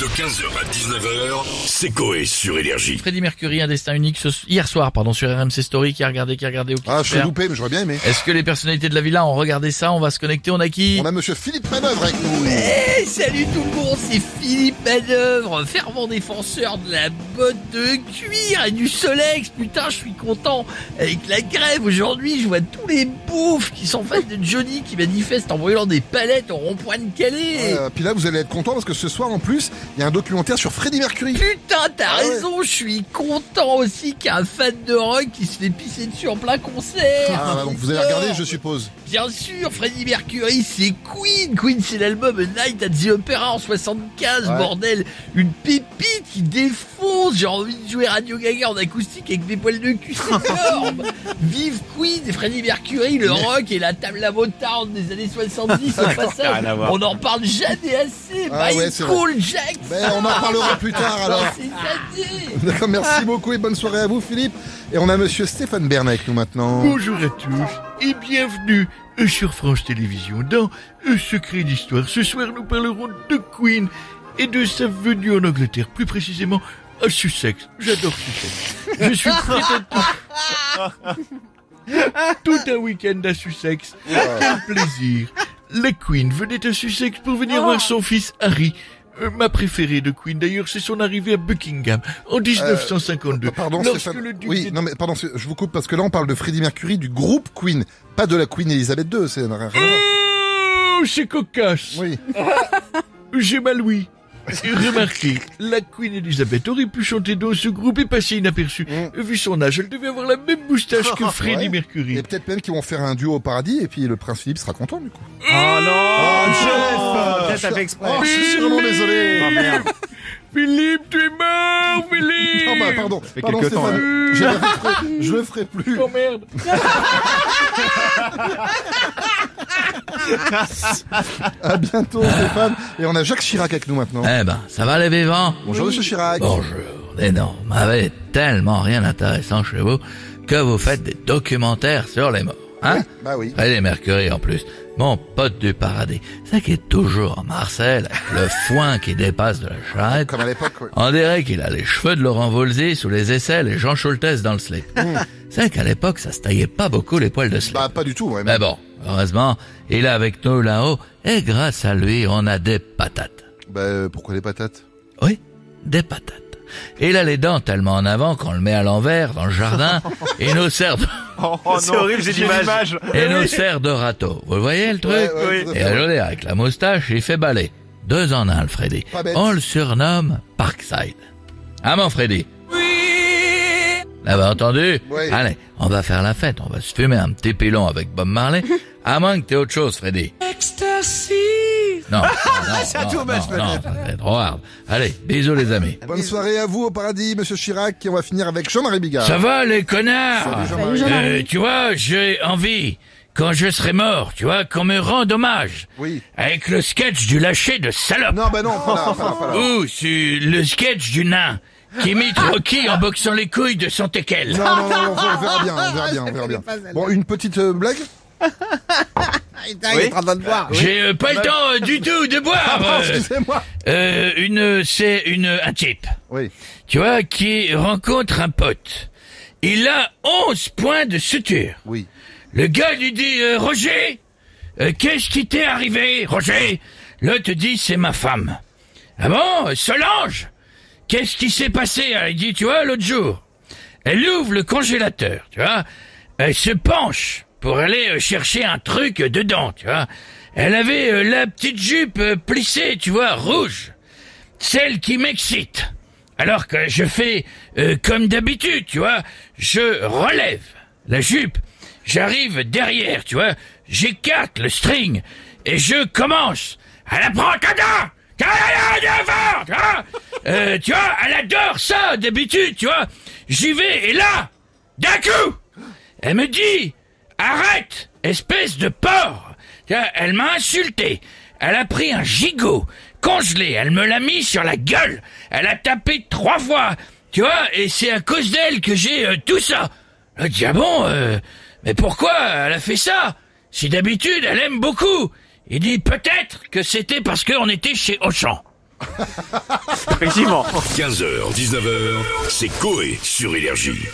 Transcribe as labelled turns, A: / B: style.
A: De 15h à 19h, c'est Coé sur Énergie.
B: Freddy Mercury, un destin unique, ce- hier soir, pardon, sur RMC Story, qui a regardé, qui a regardé, au
C: Ah, je suis loupé, mais j'aurais bien aimé.
B: Est-ce que les personnalités de la villa ont regardé ça On va se connecter, on a qui
C: On a monsieur Philippe Manœuvre avec nous.
B: Eh, salut tout le monde, c'est Philippe Manœuvre, fervent défenseur de la botte de cuir et du Solex. Putain, je suis content avec la grève. Aujourd'hui, je vois tous les bouffes qui sont en face de Johnny qui manifestent en brûlant des palettes au rond-point de Calais.
C: Euh, puis là, vous allez être content parce que ce soir, en plus, il y a un documentaire sur Freddie Mercury.
B: Putain, t'as
C: Ah ouais.
B: raison, je suis content aussi qu'un fan de rock qui se fait pisser dessus en plein concert.
C: Ah, bah, donc vous allez regarder, je suppose.
B: Bien sûr, Freddie Mercury, c'est Queen. Queen, c'est l'album A Night at the Opera en 75,
C: Ouais.
B: bordel. Une pépite qui défonce. J'ai envie de jouer Radio Gaga en acoustique avec mes poils de cul. C'est énorme. Vive Queen et Freddie Mercury, le rock et la table à Motown des années 70 au passage. On n'en parle jamais assez.
C: Ah
B: By
C: ouais, c'est
B: Cool Jack.
C: Ben, on en parlera plus tard alors. D'accord, merci beaucoup et bonne soirée à vous, Philippe. Et on a monsieur Stéphane Bern avec nous maintenant.
D: Bonjour à tous et bienvenue euh, sur France Télévisions dans euh, Secret d'Histoire. Ce soir, nous parlerons de Queen et de sa venue en Angleterre, plus précisément à Sussex. J'adore Sussex. Je suis prêt à tout. Tout un week-end à Sussex. Quel plaisir. La Queen venait à Sussex pour venir
C: Oh.
D: voir son fils Harry. Euh, ma préférée de Queen, d'ailleurs, c'est son arrivée à Buckingham en 1952.
C: Euh, Pardon,
D: lorsque
C: Stéphane.
D: le duc
C: Oui,
D: d'Édimbourg-
C: non, mais pardon, je vous coupe parce que là, on parle de Freddie Mercury du groupe Queen, pas de la Queen Elizabeth II. C'est rien à voir.
D: Oh, c'est cocasse.
C: Oui.
D: J'ai mal oui. Remarquez, la Queen Elizabeth aurait pu chanter dans ce groupe et passer inaperçue. Vu son âge, elle devait avoir la même moustache que Freddie
C: Mm. Ouais.
D: Mercury.
C: Et peut-être même qu'ils vont faire un duo au paradis et puis le prince Philippe sera content du coup.
E: Oh non
C: Oh,
E: Peut-être fait exprès.
C: je suis sûrement désolé.
E: Oh, merde.
D: Philippe, tu es mort, Philippe
C: Non, bah, pardon,
E: fait
C: pardon
E: quelque temps,
C: Stéphane,
D: hein.
C: je, le ferai, je le ferai plus.
D: Oh merde
C: À bientôt Stéphane. Et on a Jacques Chirac avec nous maintenant.
B: Eh ben, ça va les vivants
C: Bonjour Monsieur Chirac.
B: Bonjour, dis donc, vous m'avez tellement rien d'intéressant chez vous que vous faites des documentaires sur les morts, hein
C: Bah oui.
B: Allez, Mercury en plus, mon pote du paradis, ça qui est toujours en Marcel, le foin qui dépasse de la charrette,
C: Comme à l'époque. oui.
B: on dirait qu'il a les cheveux de Laurent Voulzy sous les aisselles et Jean Schultes dans le slip.
E: Hmm.
B: C'est vrai qu'à l'époque, ça se taillait pas beaucoup les poils de slip.
C: Bah pas du tout. Ouais, mais-
B: Mais bon, heureusement, il est avec nous là-haut, et grâce à lui, on a des patates.
C: Bah euh, pourquoi les patates
B: Oui, des patates. Il a les dents tellement en avant qu'on le met à l'envers dans le jardin et nous sert de,
E: C'est horrible, Oh, j'ai l'image. Eh
B: et nous sert de râteau. Vous voyez le truc
E: oui.
C: tout à
B: Et
C: fait, ouais.
B: regardez, avec la moustache, il fait balai. Deux en un, le Freddy.
C: Pas bête.
B: On le surnomme Parkside. Ah mon Freddy Oui L'avez entendu
C: Oui.
B: Allez, on va faire la fête, on va se fumer un petit pilon avec Bob Marley, à moins que t'aies autre chose, Freddy. Non, non,
E: un
B: non,
E: too much,
B: non, non, ça serait trop hard. Allez, bisous les amis.
C: Bonne soirée à vous au paradis Monsieur Chirac et on va finir avec Jean-Marie Bigard.
B: Ça va les connards
C: Salut, Jean-Marie.
B: Euh, Tu vois, j'ai envie, quand je serai mort, tu vois, qu'on me rende hommage.
C: Oui.
B: Avec le sketch du lâcher de salope.
C: Non bah non. pas là, pas là, pas là.
B: Ou sur le sketch du nain qui imite Rocky en boxant les couilles de son teckel.
C: Non, non, non, on ver- on verra bien, on verra bien, on verra bien. Bon, une petite euh, blague
B: J'ai euh, pas le temps euh, du tout de boire.
C: Ah,
B: euh,
C: Excusez-moi.
B: euh, une, c'est une un type,
C: Oui.
B: tu vois, qui rencontre un pote. Il a 11 points de suture.
C: Oui.
B: Le gars lui dit euh, Roger, euh, qu'est-ce qui t'est arrivé, Roger L'autre dit c'est ma femme. Ah bon, euh, Solange Qu'est-ce qui s'est passé Elle dit tu vois l'autre jour. Elle ouvre le congélateur, tu vois. Elle se penche pour aller euh, chercher un truc euh, dedans, tu vois. Elle avait euh, la petite jupe euh, plissée, tu vois, rouge celle qui m'excite. Alors que je fais euh, comme d'habitude, tu vois, je relève la jupe, j'arrive derrière, tu vois, j'écarte le string et je commence à la prendre comme ça. Tu vois, elle est devant, tu vois. Euh, tu vois, elle adore ça d'habitude, tu vois. J'y vais et là, d'un coup, elle me dit Arrête, espèce de porc Tu vois, Elle m'a insulté. Elle a pris un gigot congelé. Elle me l'a mis sur la gueule. Elle a tapé trois fois. Tu vois, et c'est à cause d'elle que j'ai euh, tout ça. Le dit, Ah bon, euh, mais pourquoi elle a fait ça Si d'habitude, elle aime beaucoup. Il dit peut-être que c'était parce qu'on était chez Auchan.
E: Effectivement.
A: 15h, 19h, c'est Coé sur Énergie.